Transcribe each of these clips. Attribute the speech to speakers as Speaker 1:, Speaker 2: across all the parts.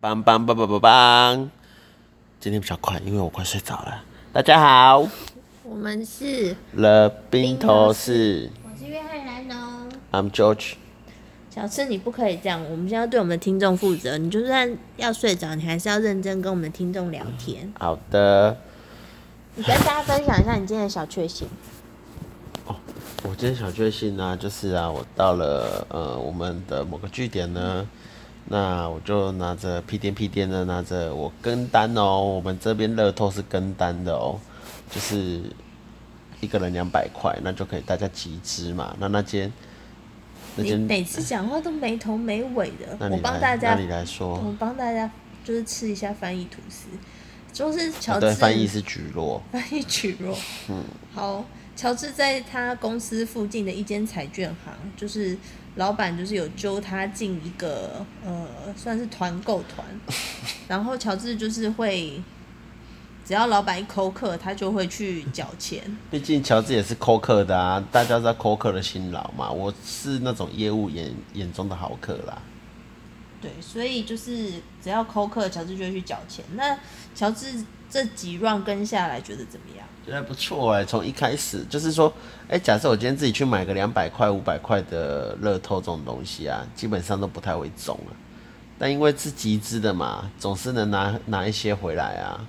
Speaker 1: 梆梆梆梆梆梆。今天比较快，因为我快睡着了。大家好，
Speaker 2: 我们是
Speaker 1: 了冰头士
Speaker 2: 我是约翰兰农。
Speaker 1: ，I'm George。
Speaker 2: 小赤，你不可以这样，我们现在要对我们的听众负责。你就算要睡着，你还是要认真跟我们的听众聊天。
Speaker 1: 好的，
Speaker 2: 你跟大家分享一下你今天的小确幸。
Speaker 1: 我今天小确幸呢，就是啊，我到了呃我们的某个据点呢，那我就拿着屁颠屁颠的拿着我跟单哦，我们这边乐透是跟单的哦，就是一个人两百块，那就可以大家集资嘛。那那间那
Speaker 2: 你
Speaker 1: 间
Speaker 2: 每次讲话都没头没尾的，
Speaker 1: 那
Speaker 2: 我
Speaker 1: 你
Speaker 2: 帮
Speaker 1: 来
Speaker 2: 大家
Speaker 1: 那，你来说，
Speaker 2: 我帮大家就是吃一下翻译吐司，就是乔治、
Speaker 1: 哦对，翻译是菊落，
Speaker 2: 翻 译曲弱。
Speaker 1: 嗯
Speaker 2: 好，乔治在他公司附近的一间彩券行，就是老板就是有揪他进一个呃，算是团购 团，然后乔治就是会。只要老板一扣客，他就会去缴钱。
Speaker 1: 毕竟乔治也是扣客的啊，大家知道扣客的辛劳嘛，我是那种业务眼眼中的好客啦。
Speaker 2: 对，所以就是只要扣客，乔治就会去缴钱。那乔治这几 round 跟下来，觉得怎么样？
Speaker 1: 觉得还不错哎、从一开始就是说，哎、假设我今天自己去买个两百块、五百块的乐透这种东西啊，基本上都不太会中啊。但因为是集资的嘛，总是能拿拿一些回来啊。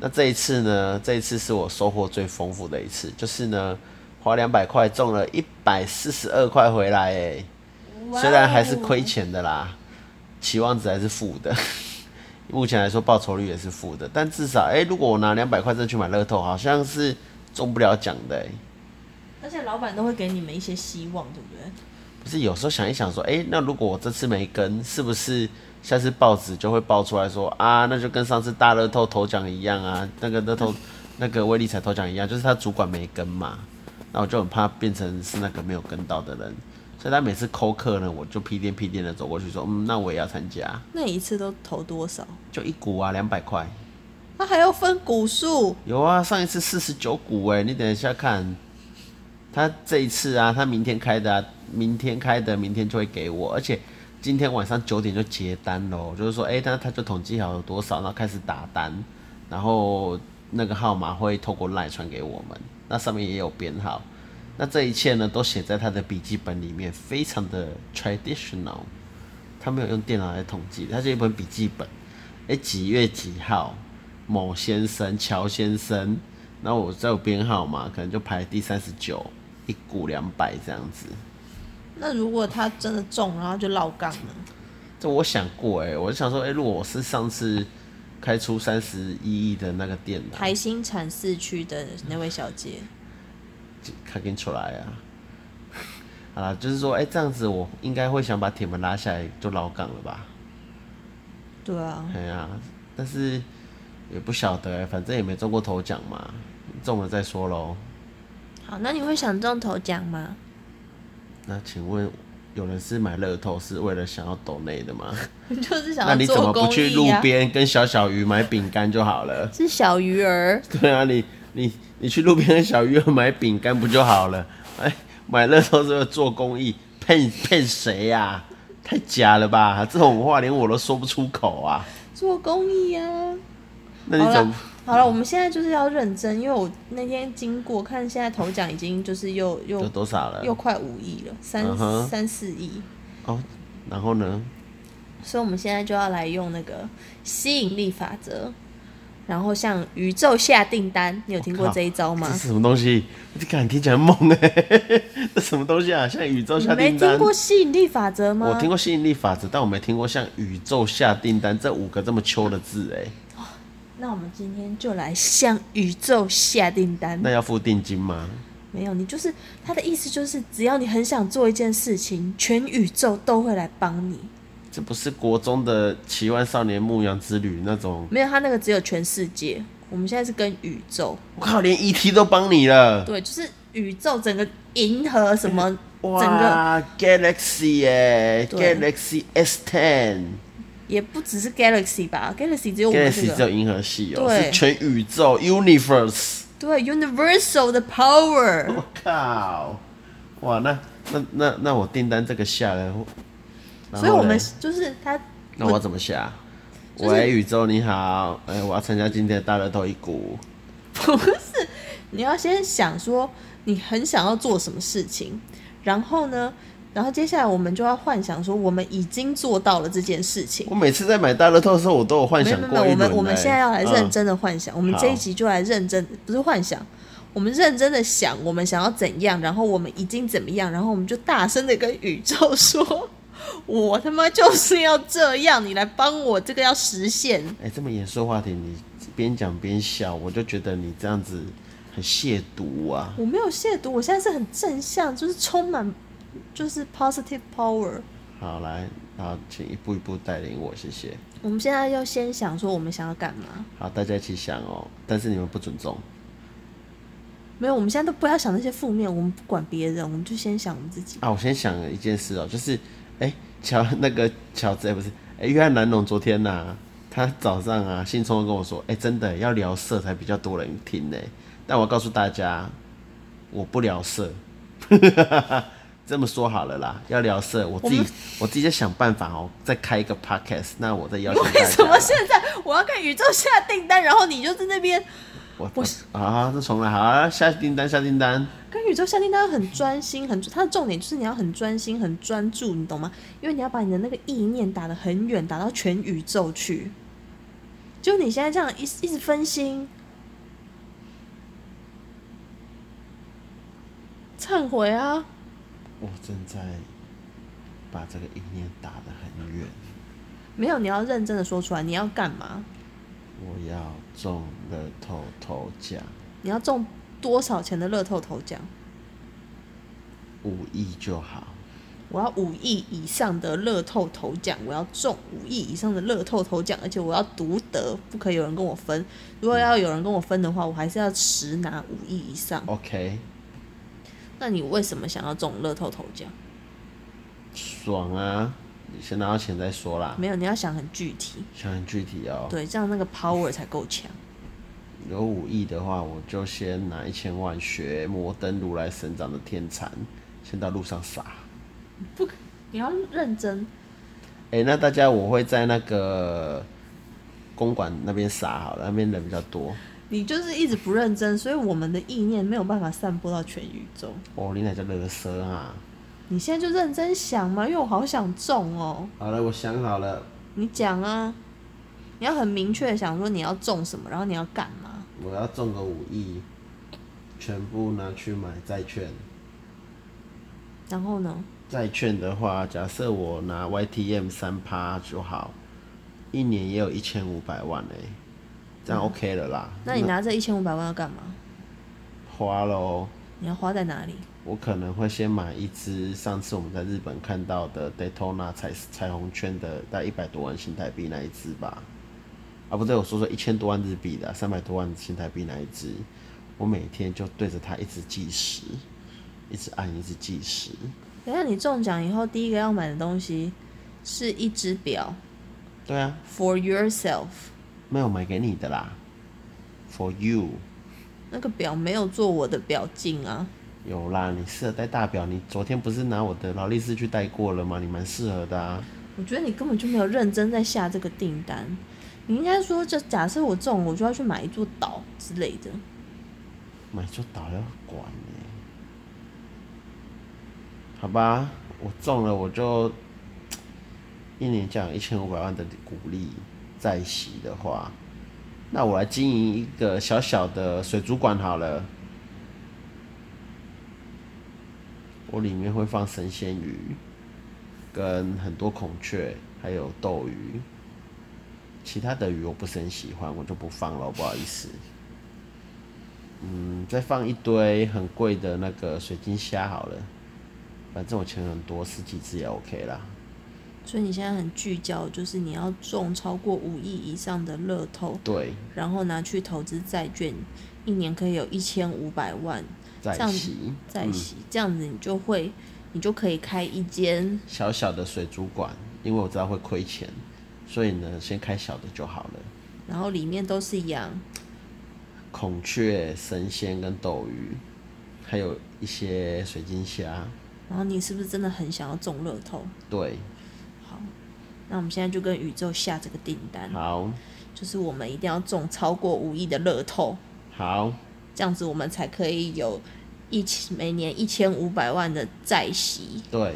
Speaker 1: 那这一次呢，这一次是我收获最丰富的一次，就是呢，花两百块中了一百四十二块回来哎、虽然还是
Speaker 2: 哦
Speaker 1: 亏钱的啦，期望值还是负的。 目前来说，报酬率也是负的，但至少，哎、如果我拿两百块再去买乐透，好像是中不了奖的、哎
Speaker 2: 而且老板都会给你们一些希望，对不对？
Speaker 1: 不是，有时候想一想，说，哎、那如果我这次没跟，是不是下次报纸就会爆出来说，啊，那就跟上次大乐透头奖一样啊，那个乐透，那个威力彩头奖一样，就是他主管没跟嘛，那我就很怕变成是那个没有跟到的人，所以他每次扣客呢，我就屁颠屁颠的走过去说，嗯，那我也要参加，
Speaker 2: 那你一次都投多少？
Speaker 1: 就一股啊，两百块。
Speaker 2: 他还要分股数，
Speaker 1: 有啊，上一次四十九股哎、你等一下看，他这一次啊，他明天开的、啊，明天开的，明天就会给我，而且今天晚上九点就结单喽，就是说，哎、那他就统计好有多少，然后开始打单，然后那个号码会透过 LINE 传给我们，那上面也有编号，那这一切呢都写在他的笔记本里面，非常的 traditional，他没有用电脑来统计，他就一本笔记本。哎、几月几号，某先生乔先生，那我再有编号嘛，可能就排第三十九，一股两百这样子。
Speaker 2: 那如果他真的中，然后就落杠了，
Speaker 1: 这我想过哎、我就想说，哎、如果我是上次开出三十一亿的那个店呢、
Speaker 2: 台新产四区的那位小姐，
Speaker 1: 就看跟出来啊。好啦，就是说，哎、这样子我应该会想把铁门拉下来就老港了吧？
Speaker 2: 对啊，
Speaker 1: 哎呀、但是也不晓得、欸，反正也没中过头奖嘛，中了再说喽。
Speaker 2: 好，那你会想中头奖吗？
Speaker 1: 那请问有人是买乐透是为了想要抖内的吗？
Speaker 2: 就是想
Speaker 1: 那你
Speaker 2: 要
Speaker 1: 怎么
Speaker 2: 啊做
Speaker 1: 不
Speaker 2: 公
Speaker 1: 去路
Speaker 2: 益啊，
Speaker 1: 边跟小小鱼买饼干就好了？
Speaker 2: 是小鱼儿，
Speaker 1: 对啊，你你你去路边跟小鱼买饼干不就好了？哎，买乐透是为了做公益，骗骗谁呀？太假了吧！这种话连我都说不出口啊。
Speaker 2: 做公益啊。
Speaker 1: 那你
Speaker 2: 好
Speaker 1: 怎
Speaker 2: 了
Speaker 1: 么？，
Speaker 2: 好了，我们现在就是要认真，因为我那天经过看，现在头奖已经就是又
Speaker 1: 有
Speaker 2: 又
Speaker 1: 多少了？
Speaker 2: 又快五亿了，三、
Speaker 1: 嗯哼
Speaker 2: 三四亿，
Speaker 1: 哦，然后呢？
Speaker 2: 所以我们现在就要来用那个吸引力法则，然后向宇宙下订单。你有听过这一招吗
Speaker 1: 这？是什么东西？你敢听起来很猛哎、这什么东西啊？像宇宙
Speaker 2: 你
Speaker 1: 下
Speaker 2: 没
Speaker 1: 订单？
Speaker 2: 听过吸引力法则吗？
Speaker 1: 我听过吸引力法则，但我没听过像宇宙下订单这五个这么秋的字哎。
Speaker 2: 那我们今天就来向宇宙下订单。
Speaker 1: 那要付定金吗？
Speaker 2: 没有，你就是他的意思，就是只要你很想做一件事情，全宇宙都会来帮你。
Speaker 1: 这不是国中的奇幻少年牧羊之旅那种，
Speaker 2: 没有，他那个只有全世界。我们现在是跟宇宙，
Speaker 1: 我靠，连 ET 都帮你了，
Speaker 2: 对，就是宇宙整个银河什么，整个
Speaker 1: 哇，Galaxy 哎、g a
Speaker 2: 对
Speaker 1: l a x y S Ten，Galaxy
Speaker 2: 也不只是 Galaxy 吧，Galaxy 只有我们这
Speaker 1: 只有
Speaker 2: 哦个，
Speaker 1: 银河系哦、
Speaker 2: 对
Speaker 1: 是全宇宙 Universe，
Speaker 2: 对，Universal 的 power。
Speaker 1: 我靠，哇，那那那那我订单这个下了，然后
Speaker 2: 所以我们
Speaker 1: 嘞
Speaker 2: 就是他，
Speaker 1: 那我要怎么下？
Speaker 2: 就是
Speaker 1: 喂，宇宙你好，哎、我要参加今天的大乐透一股，
Speaker 2: 不是，你要先想说你很想要做什么事情，然后呢，然后接下来我们就要幻想说我们已经做到了这件事情。
Speaker 1: 我每次在买大乐透的时候，我都有幻
Speaker 2: 没有
Speaker 1: 想
Speaker 2: 没有，
Speaker 1: 过一
Speaker 2: 我
Speaker 1: 轮、
Speaker 2: 们我们现在要来认
Speaker 1: 嗯、
Speaker 2: 真的幻想，我们这一集就来认真，不是幻想，我们认真的想我们想要怎样，然后我们已经怎么样，然后我们就大声的跟宇宙说。我他妈就是要这样，你来帮我，这个要实现。
Speaker 1: 哎、这么严肃的话题，你边讲边笑，我就觉得你这样子很亵渎啊！
Speaker 2: 我没有亵渎，我现在是很正向，就是充满就是 positive power。
Speaker 1: 好，来，好，请一步一步带领我，谢谢。
Speaker 2: 我们现在要先想说我们想要干嘛？
Speaker 1: 好，大家一起想哦，但是你们不尊重。
Speaker 2: 没有，我们现在都不要想那些负面，我们不管别人，我们就先想我们自己。
Speaker 1: 啊，我先想了一件事哦，就是，哎、乔那个乔治、哎不是，哎、约翰南农昨天呐、他早上啊，兴冲冲跟我说，哎、真的要聊色才比较多人听呢。但我告诉大家，我不聊色， 这么说好了啦，要聊色，我自己
Speaker 2: 我
Speaker 1: 我
Speaker 2: 们
Speaker 1: 自己在想办法哦，再开一个 podcast，那我再邀请大家。
Speaker 2: 为什么现在我要跟宇宙下订单，然后你就在那边
Speaker 1: 我
Speaker 2: 我
Speaker 1: 我啊，那重来，好啊，下订单，下订单。
Speaker 2: 跟宇宙下订单很专心，很它的重点就是你要很专心、很专注，你懂吗？因为你要把你的那个意念打得很远，打到全宇宙去。就你现在这样一一直分心，忏悔啊！
Speaker 1: 我正在把这个意念打得很远。
Speaker 2: 没有，你要认真的说出来，你要干嘛？
Speaker 1: 我要中乐透头奖
Speaker 2: 你要中多少钱的乐透头奖？
Speaker 1: 五亿就好。
Speaker 2: 我要五亿以上的乐透头奖，我要中五亿以上的乐透头奖，而且我要独得，不可以有人跟我分。如果要有人跟我分的话，我还是要实拿五亿以上。
Speaker 1: OK，
Speaker 2: 那你为什么想要中乐透头奖？
Speaker 1: 爽啊！你先拿到钱再说啦。
Speaker 2: 没有，你要想很具体，
Speaker 1: 想很具体哦。
Speaker 2: 对，这样那个 power 才够强。
Speaker 1: 有五亿的话，我就先拿一千万学摩登如来神掌的天蚕，先到路上撒。
Speaker 2: 不可，你要认真。
Speaker 1: 哎、那大家我会在那个公馆那边撒好了，那边人比较多。
Speaker 2: 你就是一直不认真，所以我们的意念没有办法散播到全宇宙。
Speaker 1: 哦，你哪叫乐色啊？
Speaker 2: 你现在就认真想嘛，因为我好想中哦。
Speaker 1: 好了，我想好了，
Speaker 2: 你讲啊，你要很明确地想说你要中什么，然后你要干嘛。
Speaker 1: 我要中个五亿，全部拿去买债券。
Speaker 2: 然后呢？
Speaker 1: 债券的话，假设我拿 YTM 三趴就好，一年也有一千五百万嘞、这样 OK 了啦。
Speaker 2: 那你拿这一千五百万要干嘛？
Speaker 1: 花喽，
Speaker 2: 你要花在哪里？
Speaker 1: 我可能会先买一只上次我们在日本看到的 Daytona 彩彩虹圈的，大概一百多万新台币那一只吧。啊，不对，我说说一千多万日币的、三百多万新台币那一只，我每天就对着它一直计时，一直按，一直计时。
Speaker 2: 等一下你中奖以后，第一个要买的东西是一只表
Speaker 1: 对啊，
Speaker 2: ，for yourself。
Speaker 1: 没有买给你的啦，For you。
Speaker 2: 那个表没有做我的表镜啊，
Speaker 1: 有啦，你适合戴大表。你昨天不是拿我的劳力士去戴过了吗？你蛮适合的啊。
Speaker 2: 我觉得你根本就没有认真在下这个订单。你应该说，就假设我中，我就要去买一座岛之类的。
Speaker 1: 买就倒要管呢、好吧，我中了我就一年奖一千五百万的鼓励，再息的话，那我来经营一个小小的水族馆好了。我里面会放生鲜鱼，跟很多孔雀，还有斗鱼。其他的鱼我不是很喜欢，我就不放了，不好意思。嗯，再放一堆很贵的那个水晶虾好了，反正我钱很多，十几只也 OK 啦。
Speaker 2: 所以你现在很聚焦，就是你要中超过五亿以上的乐透，
Speaker 1: 对，
Speaker 2: 然后拿去投资债券，一年可以有一千五百万
Speaker 1: 在
Speaker 2: 这样
Speaker 1: 一
Speaker 2: 子
Speaker 1: 起
Speaker 2: 在一起，这样子你就会，你就可以开一间，
Speaker 1: 小小的水族馆，因为我知道会亏钱，所以呢，先开小的就好了。
Speaker 2: 然后里面都是羊，
Speaker 1: 孔雀、神仙跟斗鱼，还有一些水晶虾。
Speaker 2: 然后你是不是真的很想要中乐透？
Speaker 1: 对，
Speaker 2: 好，那我们现在就跟宇宙下这个订单，
Speaker 1: 好，
Speaker 2: 就是我们一定要中超过五亿的乐透，
Speaker 1: 好，
Speaker 2: 这样子我们才可以有一千每年一千五百万的债息，
Speaker 1: 对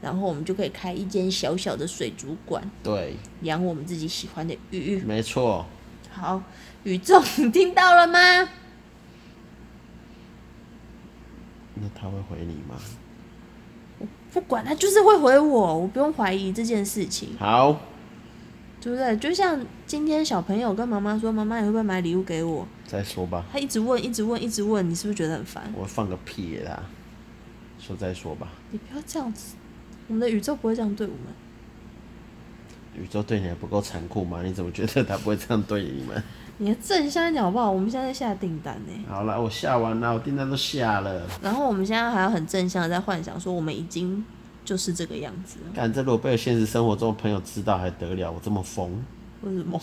Speaker 2: 然后我们就可以开一间小小的水族馆，
Speaker 1: 对，
Speaker 2: 养我们自己喜欢的鱼。
Speaker 1: 没错，
Speaker 2: 好，宇宙，你听到了吗？
Speaker 1: 那他会回你吗？
Speaker 2: 不管他就是会回我，我不用怀疑这件事情，
Speaker 1: 好，
Speaker 2: 对不对？就像今天小朋友跟妈妈说：“妈妈，你会不会买礼物给我
Speaker 1: 再说吧？”，
Speaker 2: 他一直问，一直问，一直问，你是不是觉得很烦？
Speaker 1: 我放个屁给他，说再说吧。
Speaker 2: 你不要这样子，我们的宇宙不会这样对我们。
Speaker 1: 宇宙对你还不够残酷吗？你怎么觉得他不会这样对你们？
Speaker 2: 你正向一点好不好？我们现在在下订单呢，
Speaker 1: 好了，我下完了，我订单都下了。
Speaker 2: 然后我们现在还要很正向的在幻想说我们已经就是这个样子了，
Speaker 1: 干，这如果被现实生活中的朋友知道还得了？我这么疯，
Speaker 2: 为什么？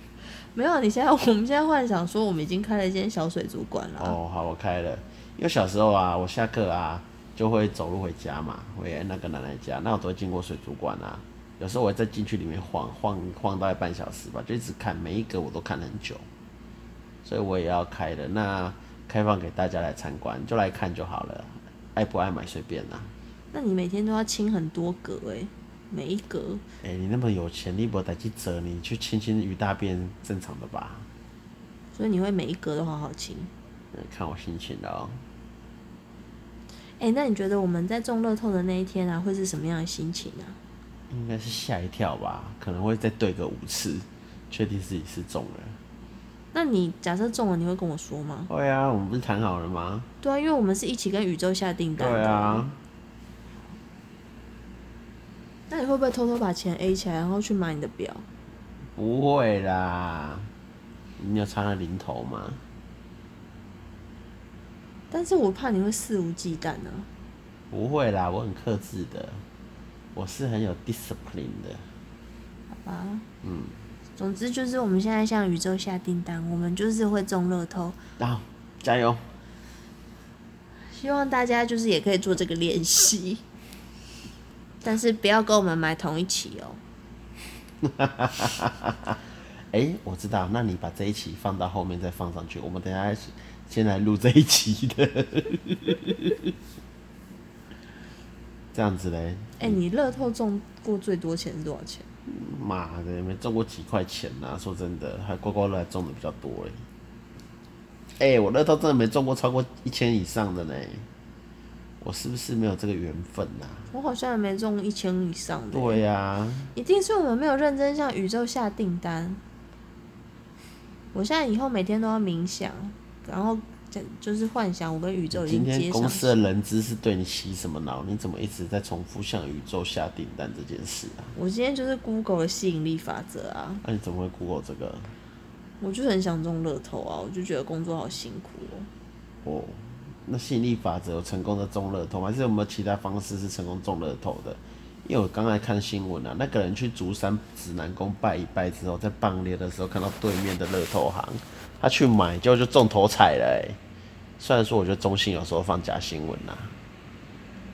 Speaker 2: 没有，你现在我们现在幻想说我们已经开了一间小水族馆了啊，
Speaker 1: 哦，好，我开了。因为小时候啊，我下课啊就会走路回家嘛，回那个奶奶家，那我都会经过水族馆啊。有时候我会再进去里面晃晃晃大概半小时吧，就一直看每一个我都看很久，所以我也要开了。那开放给大家来参观，就来看就好了，爱不爱买随便啦、
Speaker 2: 那你每天都要清很多格哎、每一格
Speaker 1: 哎、你那么有钱，你不得去折，你去亲亲鱼大便，正常的吧？
Speaker 2: 所以你会每一格都好好清。
Speaker 1: 呃看我心情了哦。
Speaker 2: 哎、那你觉得我们在中乐透的那一天啊，会是什么样的心情啊？
Speaker 1: 应该是吓一跳吧，可能会再对个五次，确定自己是中了。
Speaker 2: 那你假设中了，你会跟我说吗？
Speaker 1: 对啊，我们不是谈好了吗？
Speaker 2: 对啊，因为我们是一起跟宇宙下订
Speaker 1: 对
Speaker 2: 单的。
Speaker 1: 啊，
Speaker 2: 那你会不会偷偷把钱 A 起来，然后去买你的表？
Speaker 1: 不会啦，你有插那零头吗？
Speaker 2: 但是我怕你会肆无忌惮啊呢、
Speaker 1: 不会啦，我很克制的，我是很有 discipline 的。
Speaker 2: 总之就是我们现在向宇宙下订单，我们就是会中乐透，
Speaker 1: 好，加油！
Speaker 2: 希望大家就是也可以做这个练习，但是不要跟我们买同一期哦。
Speaker 1: 哎、我知道，那你把这一期放到后面再放上去，我们等一下先来录这一期的。 这样子嘞，
Speaker 2: 哎、你乐透中过最多钱是多少钱？
Speaker 1: 妈的，没中过几块钱呐、说真的，还刮刮乐还中的比较多嘞。哎、我乐透真的没中过超过一千以上的呢。我是不是没有这个缘分呐、
Speaker 2: 我好像也没中一千以上的，
Speaker 1: 对啊呀、
Speaker 2: 一定是我们没有认真向宇宙下订单。我现在以后每天都要冥想，然后就就是幻想我跟宇宙已
Speaker 1: 今
Speaker 2: 经
Speaker 1: 天
Speaker 2: 接
Speaker 1: 公
Speaker 2: 上
Speaker 1: 司的人资是对你洗什么脑？你怎么一直在重复向宇宙下订单这件事啊？
Speaker 2: 我今天就是 Google 的吸引力法则啊，
Speaker 1: 那、你怎么会 Google 这个？
Speaker 2: 我就很想中乐透啊，我就觉得工作好辛苦哦。
Speaker 1: 哦，那吸引力法则有成功的中乐透吗？还是有没有其他方式是成功中乐透的？因为我刚才看新闻啊，那个人去竹山指南宫拜一拜之后，在棒列的时候看到对面的乐透行，他去买，结果就中头彩了、欸。虽然说我觉得中信有时候放假新闻啊，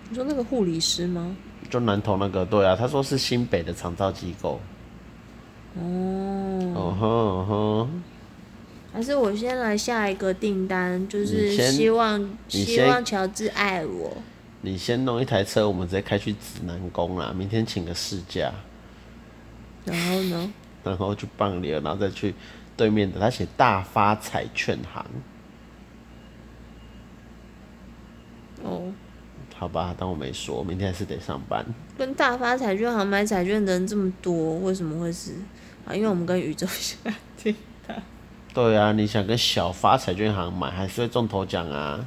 Speaker 2: 你说那个护理师吗？
Speaker 1: 就南投那个对啊，他说是新北的长照机构。
Speaker 2: 哦，
Speaker 1: 哦吼哦吼，
Speaker 2: 还是我先来下一个订单，就
Speaker 1: 你
Speaker 2: 是
Speaker 1: 先
Speaker 2: 希望
Speaker 1: 你
Speaker 2: 希
Speaker 1: 先
Speaker 2: 望乔治爱我。
Speaker 1: 你先弄一台车，我们直接开去指南宫啦，明天请个事假。
Speaker 2: 然后呢？
Speaker 1: 然后去棒流，然后再去对面的，他写大发彩券行，
Speaker 2: 哦，
Speaker 1: 好吧，当我没说，明天还是得上班。
Speaker 2: 跟大发彩券行买彩券的人这么多，为什么会是啊？因为我们跟宇宙下订单。
Speaker 1: 对啊，你想跟小发彩券行买，还是会中头奖啊？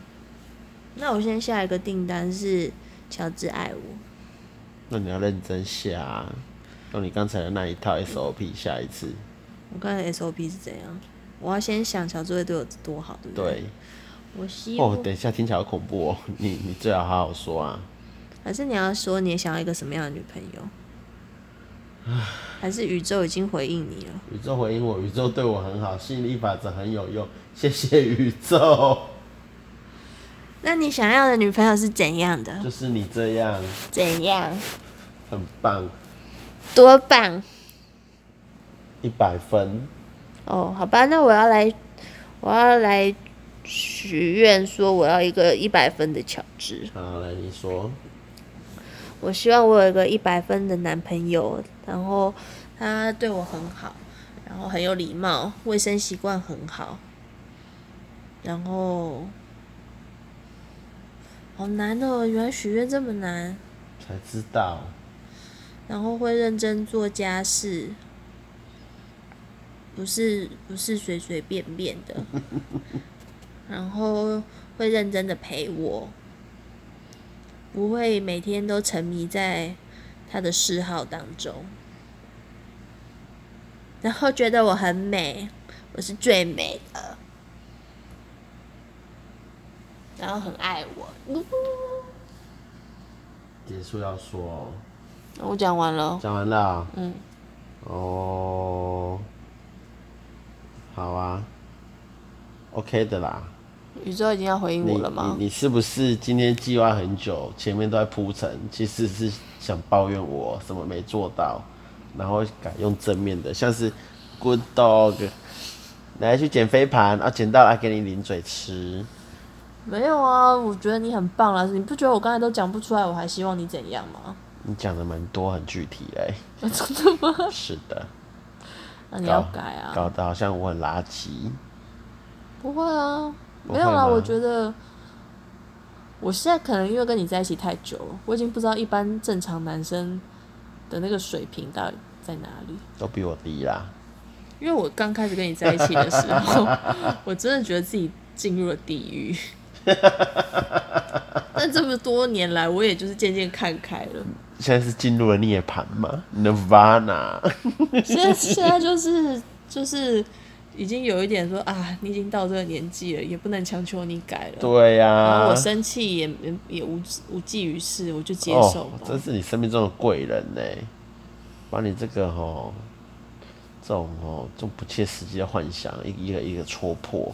Speaker 2: 那我先下一个订单是乔治爱我，
Speaker 1: 那你要认真下、啊，用你刚才的那一套 SOP 下一次。
Speaker 2: 我看看 SOP 是怎样。我要先想乔治会对我多好，对不对？
Speaker 1: 对，
Speaker 2: 我希望，
Speaker 1: 哦，等一下听起来好恐怖哦，你你最好好好说啊。
Speaker 2: 还是你要说你想要一个什么样的女朋友？还是宇宙已经回应你了？
Speaker 1: 宇宙回应我，宇宙对我很好，吸引力法则很有用，谢谢宇 宙。
Speaker 2: 那你想要的女朋友是怎样的？
Speaker 1: 就是你这样，
Speaker 2: 怎样？
Speaker 1: 很棒。
Speaker 2: 多棒！
Speaker 1: 一百分，
Speaker 2: 哦，好吧，那我要来，我要来许愿，说我要一个一百分的乔治。
Speaker 1: 好，来你说，
Speaker 2: 我希望我有一个一百分的男朋友，然后他对我很好，然后很有礼貌，卫生习惯很好，然后好难哦，原来许愿这么难。
Speaker 1: 才知道，
Speaker 2: 然后会认真做家事，不是不是随随便便的，然后会认真的陪我，不会每天都沉迷在他的嗜好当中，然后觉得我很美，我是最美的，然后很爱我。
Speaker 1: 结束要说哦，
Speaker 2: 我讲完了，
Speaker 1: 讲完了，
Speaker 2: 嗯，
Speaker 1: 哦，好啊，OK 的啦。
Speaker 2: 宇宙已经要回应
Speaker 1: 你
Speaker 2: 我了吗？
Speaker 1: 你你是不是今天计划很久，前面都在铺陈，其实是想抱怨我什么没做到，然后改用正面的，像是 good dog，来去捡飞盘啊，捡到了给你零嘴吃，
Speaker 2: 没有啊，我觉得你很棒啦。你不觉得我刚才都讲不出来，我还希望你怎样吗？
Speaker 1: 你讲的蛮多，很具体哎、
Speaker 2: 真的吗？
Speaker 1: 是的，
Speaker 2: 那你
Speaker 1: 搞
Speaker 2: 要改啊？
Speaker 1: 搞得好像我很垃圾，
Speaker 2: 不会啊，
Speaker 1: 不
Speaker 2: 没有啦。
Speaker 1: 会吗
Speaker 2: 我觉得我现在可能因为跟你在一起太久了，我已经不知道一般正常男生的那个水平到底在哪里。
Speaker 1: 都比我低啦。
Speaker 2: 因为我刚开始跟你在一起的时 候，我真的觉得自己进入了地狱。但这么多年来，我也就是渐渐看开了。
Speaker 1: 现在是进入了涅槃嘛，Nirvana，
Speaker 2: 哦 现在现在就是就是已经有一点说啊，你已经到这个年纪了，也不能强求你改了。
Speaker 1: 对啊呀、
Speaker 2: 然哦后我生气也也也无无济于事，我就接受
Speaker 1: 哦
Speaker 2: 吧。，
Speaker 1: 真是你生命中的贵人呢，把你这个哦，这种哦，这种不切实际的幻想，一一个一个戳破。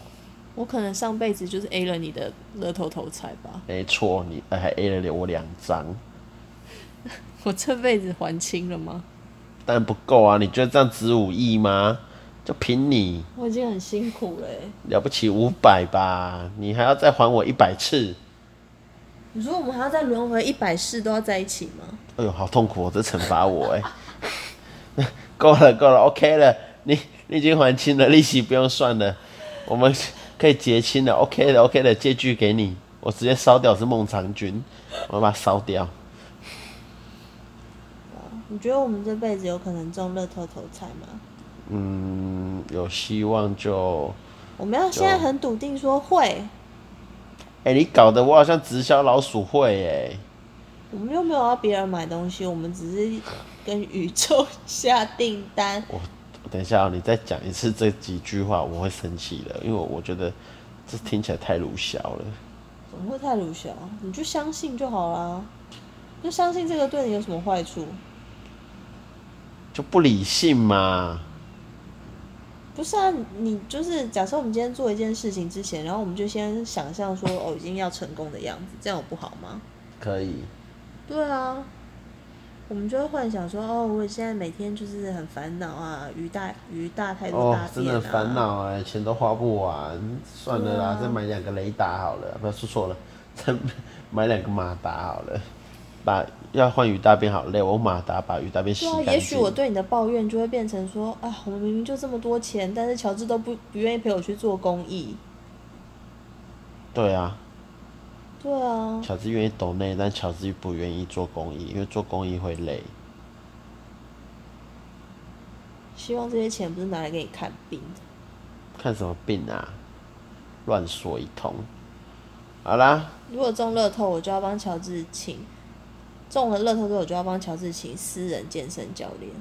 Speaker 2: 我可能上辈子就是 A 了你的乐透头彩吧，
Speaker 1: 没错，你呃还 A 了我两张，
Speaker 2: 我这辈子还清了吗？
Speaker 1: 但不够啊！你觉得这样值五亿吗？就凭你
Speaker 2: 我已经很辛苦了欸。
Speaker 1: 了不起五百吧，你还要再还我一百次。
Speaker 2: 你说我们还要再轮回一百世都要在一起吗？
Speaker 1: 哎呦，好痛苦、哦，这惩罚我哎！ 够了，够了，OK 了，你你已经还清了，利息不用算了，我们可以结清了，OK 的，OK 的，借据给你，我直接烧掉是孟尝君，我把它烧掉，
Speaker 2: 你觉得我们这辈子有可能中乐透头彩吗？
Speaker 1: 嗯，有希望就，
Speaker 2: 我们要现在很笃定说会，
Speaker 1: 哎、你搞得我好像直销老鼠会哎，
Speaker 2: 我们又没有要别人买东西，我们只是跟宇宙 下订单。
Speaker 1: 我等一下、哦，你再讲一次这几句话，我会生气的，因为我我觉得这听起来太鲁小了，
Speaker 2: 怎么会太鲁小？你就相信就好啦，就相信这个对你有什么坏处？
Speaker 1: 就不理性嘛。
Speaker 2: 不是啊，你就是假设我们今天做一件事情之前，然后我们就先想象说哦，已经要成功的样子，这样有不好吗？
Speaker 1: 可以，
Speaker 2: 对啊，我们就会幻想说哦，我现在每天就是很烦恼啊，鱼大鱼大太多
Speaker 1: 哦
Speaker 2: 大，
Speaker 1: 真
Speaker 2: 便啊，啊
Speaker 1: 的很烦恼哎，钱都花不完，算了啦，再买两个雷达好了，不要说错了，再买两个马达好了，把要换鱼大便好累，我用马达把鱼大便洗
Speaker 2: 对啊，
Speaker 1: 干净。
Speaker 2: 也许我对你的抱怨就会变成说啊，我们明明就这么多钱，但是乔治都不不愿意陪我去做公益。
Speaker 1: 对啊，
Speaker 2: 对啊，
Speaker 1: 乔治愿意抖内，但乔治不愿意做公益，因为做公益会累。
Speaker 2: 希望这些钱不是拿来给你看病的。
Speaker 1: 看什么病啊？乱说一通。好啦，
Speaker 2: 如果中乐透，我就要帮乔治请；中了乐透之后，我就要帮乔治请私人健身教练，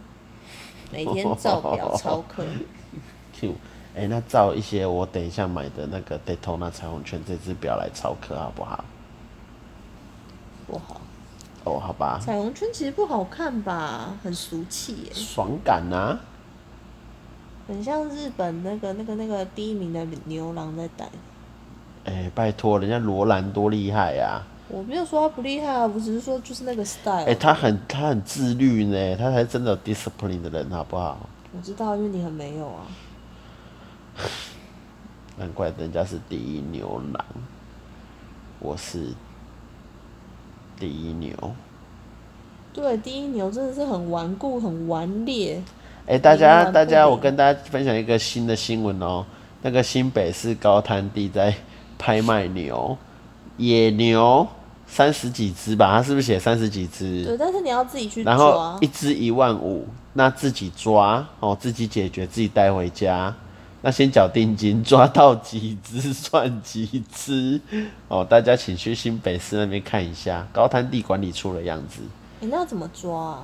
Speaker 2: 每天 照表操课。
Speaker 1: Q，哎、那照一些我等一下买的那个 Daytona 彩虹圈这只表来操课好不好？
Speaker 2: 不好，
Speaker 1: 哦，好吧。
Speaker 2: 彩虹圈其实不好看吧，很俗气耶，
Speaker 1: 爽感啊！
Speaker 2: 很像日本那个那个那个第一名的牛郎在戴。
Speaker 1: 哎、拜托，人家罗兰多厉害呀、啊！
Speaker 2: 我没有说他不厉害啊，我只是说就是那个 style。啊
Speaker 1: 哎、他很他很自律呢，他才是真的有 discipline 的人，好不好？
Speaker 2: 我知道，因为你很没有啊。
Speaker 1: 难怪人家是第一牛郎，我是第一牛。
Speaker 2: 对，第一牛真的是很顽固、很顽劣。
Speaker 1: 哎、大
Speaker 2: 牛
Speaker 1: 家
Speaker 2: 郎
Speaker 1: 大
Speaker 2: 不
Speaker 1: 家，
Speaker 2: 一
Speaker 1: 我
Speaker 2: 样
Speaker 1: 跟大家分享一个新的新闻哦，那个新北市高滩地在拍卖牛，野牛三十几只吧，他是不是写三十几只？
Speaker 2: 对，但是你要自己去
Speaker 1: 然后
Speaker 2: 抓
Speaker 1: 一。只一万五，那自己抓哦，自己解决，自己带回家。那先缴定金，抓到几只 算几只哦。大家请去新北市那边看一下高滩地管理处的样子，
Speaker 2: 你、那要怎么抓啊？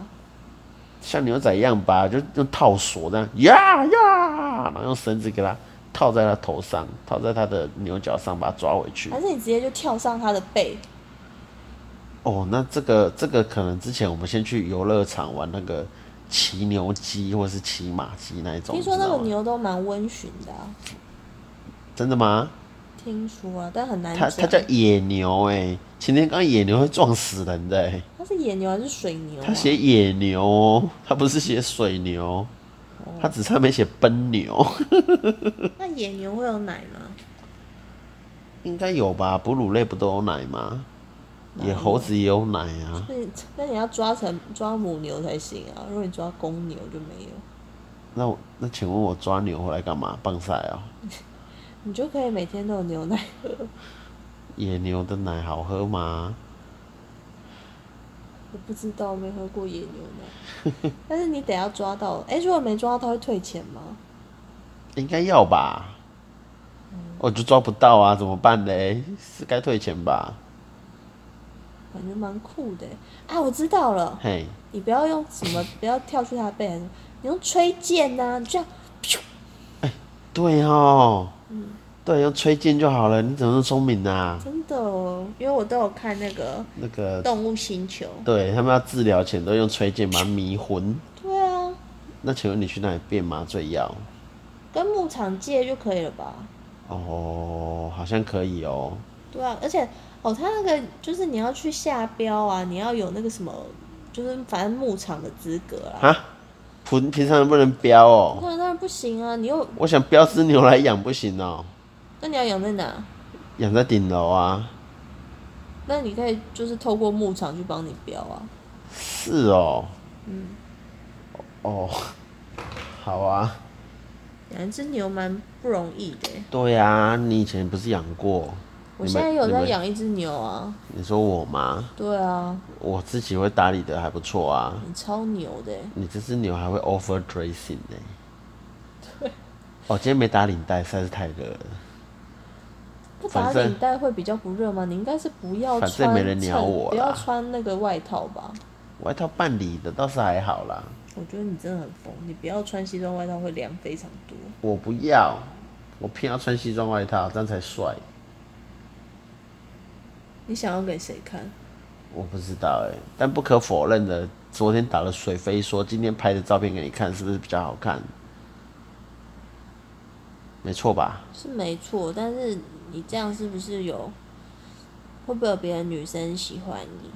Speaker 1: 像牛仔一样吧，就用套索这样呀呀，然后用绳子给它套在它头上，套在它的牛角上，把它抓回去
Speaker 2: 还。是你直接就跳上他的背？
Speaker 1: 哦，那这个这个可能之前我们先去游乐场玩那个骑牛机或是骑马机那一种，
Speaker 2: 听说那
Speaker 1: 你知道啊
Speaker 2: 个
Speaker 1: 吗
Speaker 2: 牛都蛮温驯的、啊，
Speaker 1: 真的吗？
Speaker 2: 听说啊，但很难
Speaker 1: 它
Speaker 2: 讲。
Speaker 1: 它叫野牛哎、擎天刚野牛会撞死人的、欸，
Speaker 2: 它是野牛还是水牛、啊？
Speaker 1: 它写野牛哦，它不是写水牛，
Speaker 2: 哦
Speaker 1: 它只差没写奔牛，
Speaker 2: 那野牛会有奶吗？
Speaker 1: 应该有吧？哺乳类不都有奶吗？
Speaker 2: 哪有
Speaker 1: 野猴子也有奶啊，
Speaker 2: 那你那你要抓成抓母牛才行啊，如果你抓公牛就没有，
Speaker 1: 那我那请问我抓牛回来干嘛？棒晒啊、
Speaker 2: 你就可以每天都有牛奶 喝。
Speaker 1: 野牛的奶好喝吗？
Speaker 2: 我不知道，没喝过野牛奶， 但是你得要抓到。哎、如果没抓到，会退钱吗？
Speaker 1: 应该要吧。
Speaker 2: 嗯
Speaker 1: 我、就抓不到啊，怎么办嘞？是该退钱吧？
Speaker 2: 感觉蛮酷的欸。啊，我知道了，
Speaker 1: 嘿，
Speaker 2: 你不要用什 么，不要跳去它的背还是什么，你用吹箭呐、你这样
Speaker 1: 对哦，对，用吹箭就好了。你怎么那么聪明啊？
Speaker 2: 真的哦，因为我都有看那个
Speaker 1: 那个
Speaker 2: 《动物星球
Speaker 1: 对他们要治疗前都用吹箭把它迷魂。》，
Speaker 2: 对啊，
Speaker 1: 那请问你去哪里变麻醉药？
Speaker 2: 跟牧场借就可以了吧？
Speaker 1: 哦，好像可以哦。
Speaker 2: 对啊，而且哦，它那个就是你要去下标啊，你要有那个什么，就是反正牧场的资格啦。
Speaker 1: 哈，平平常人不能标哦。
Speaker 2: 当然当然不行啊，你又
Speaker 1: 我想标只牛来养不行哦，
Speaker 2: 那你要养在哪？
Speaker 1: 养在顶楼啊。
Speaker 2: 那你可以就是透过牧场去帮你标啊。
Speaker 1: 是哦。嗯。哦，好啊。
Speaker 2: 养一只牛蛮不容易的欸，
Speaker 1: 对啊，你以前不是养过？
Speaker 2: 我
Speaker 1: 你们
Speaker 2: 现在有
Speaker 1: 你
Speaker 2: 在
Speaker 1: 们
Speaker 2: 养一只牛啊。
Speaker 1: 你说我吗？
Speaker 2: 对啊，
Speaker 1: 我自己会打理的还不错啊。
Speaker 2: 你超牛的欸，
Speaker 1: 你这只牛还会 over dressing 呢、哦，今天没打领带，实在是太热了。
Speaker 2: 不打
Speaker 1: 反正
Speaker 2: 领带会比较不热吗？你应该是不要
Speaker 1: 反
Speaker 2: 穿
Speaker 1: 正
Speaker 2: 衬，
Speaker 1: 没人鸟我啦
Speaker 2: 不要穿那个外套吧。
Speaker 1: 外套半里的倒是还好啦，
Speaker 2: 我觉得你真的很疯，你不要穿西装外套会凉非常多。
Speaker 1: 我不要，我偏要穿西装外套，这样才帅。
Speaker 2: 你想要给谁看？
Speaker 1: 我不知道哎、但不可否认的，昨天打了水飞说，今天拍的照片给你看，是不是比较好看？没错吧？
Speaker 2: 是没错，但是你这样是不是有会不会有别的女生喜欢你？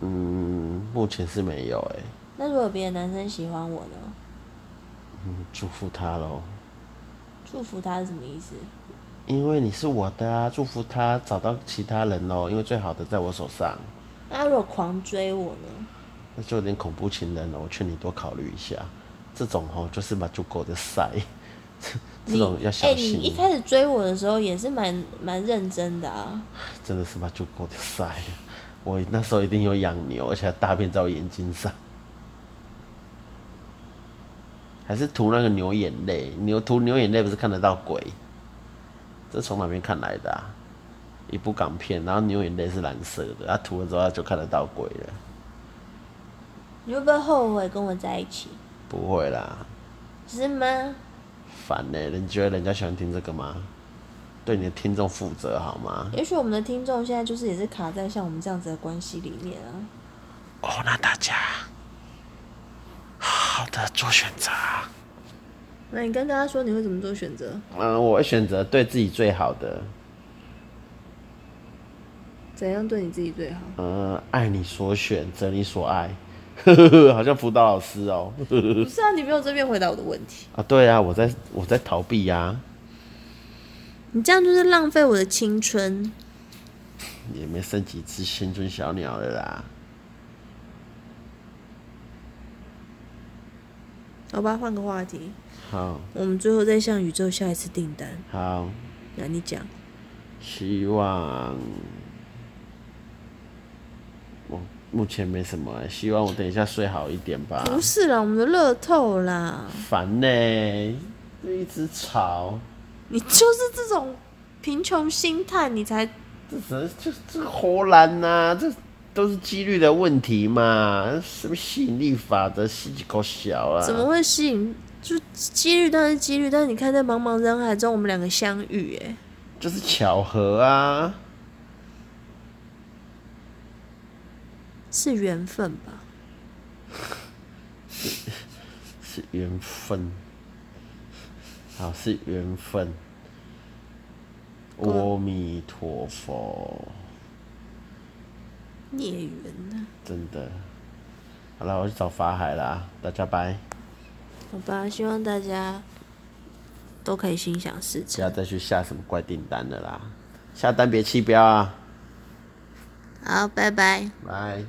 Speaker 1: 嗯，目前是没有哎、
Speaker 2: 那如果有别的男生喜欢我呢？
Speaker 1: 祝福他喽，
Speaker 2: 祝福他是什么意思？
Speaker 1: 因为你是我的啊，祝福他找到其他人喽，因为最好的在我手上。
Speaker 2: 那如果狂追我呢？
Speaker 1: 那就有点恐怖情人了。我劝你多考虑一下，这种吼就是把猪狗的塞，这种要
Speaker 2: 哎、
Speaker 1: 小
Speaker 2: 你
Speaker 1: 心，
Speaker 2: 一开始追我的时候也是蛮蛮认真的啊，
Speaker 1: 真的是把猪狗的塞。我那时候一定有养牛，而且还大便在我眼睛上，还是涂那个牛眼泪，牛涂牛眼泪不是看得到鬼？这从哪边看来的、啊？一部港片，然后牛眼泪是蓝色的，它涂了之后它就看得到鬼了。
Speaker 2: 你会不会后悔跟我在一起？
Speaker 1: 不会啦，
Speaker 2: 是吗？
Speaker 1: 烦呢、你觉得人家喜欢听这个吗？对你的听众负责好吗？
Speaker 2: 也许我们的听众现在就是也是卡在像我们这样子的关系里面啊。
Speaker 1: 哦，那大家好好的做选择。
Speaker 2: 那你跟大家说你会怎么做选择？
Speaker 1: 嗯，我会选择对自己最好的。
Speaker 2: 怎样对你自己最好？
Speaker 1: 呃，爱你所选，择你所爱， 呵呵呵，好像辅导老师哦、
Speaker 2: 不是啊，你没有正面回答我的问题，
Speaker 1: 啊，对啊，我在我在逃避呀、啊，
Speaker 2: 你这样就是浪费我的青春。
Speaker 1: 也没剩几只青春小鸟了啦。
Speaker 2: 好吧，换个话题，
Speaker 1: 好，
Speaker 2: 我们最后再向宇宙下一次订单。
Speaker 1: 好，
Speaker 2: 那你讲，
Speaker 1: 希望我目前没什么欸、希望我等一下睡好一点吧。
Speaker 2: 不是啦，我们的乐透啦，
Speaker 1: 烦呢、一直吵，
Speaker 2: 你就是这种贫穷心态，你才
Speaker 1: 这只这这荷兰呐、这都是几率的问题嘛，什么吸引力法则，吸几口小啊？
Speaker 2: 怎么会吸引？就几率当然是几率，但是你看在茫茫人海中，我们两个相遇、哎，
Speaker 1: 就是巧合啊？
Speaker 2: 是缘分吧？
Speaker 1: 是缘分，好是缘分。阿弥陀佛，
Speaker 2: 孽缘啊呢？
Speaker 1: 真的。好了，我去找法海啦，大家拜，
Speaker 2: 好吧，希望大家都可以心想事
Speaker 1: 不要
Speaker 2: 成。
Speaker 1: 再去下什么怪订单了啦，下单别弃标啊，
Speaker 2: 好，拜拜。
Speaker 1: 拜。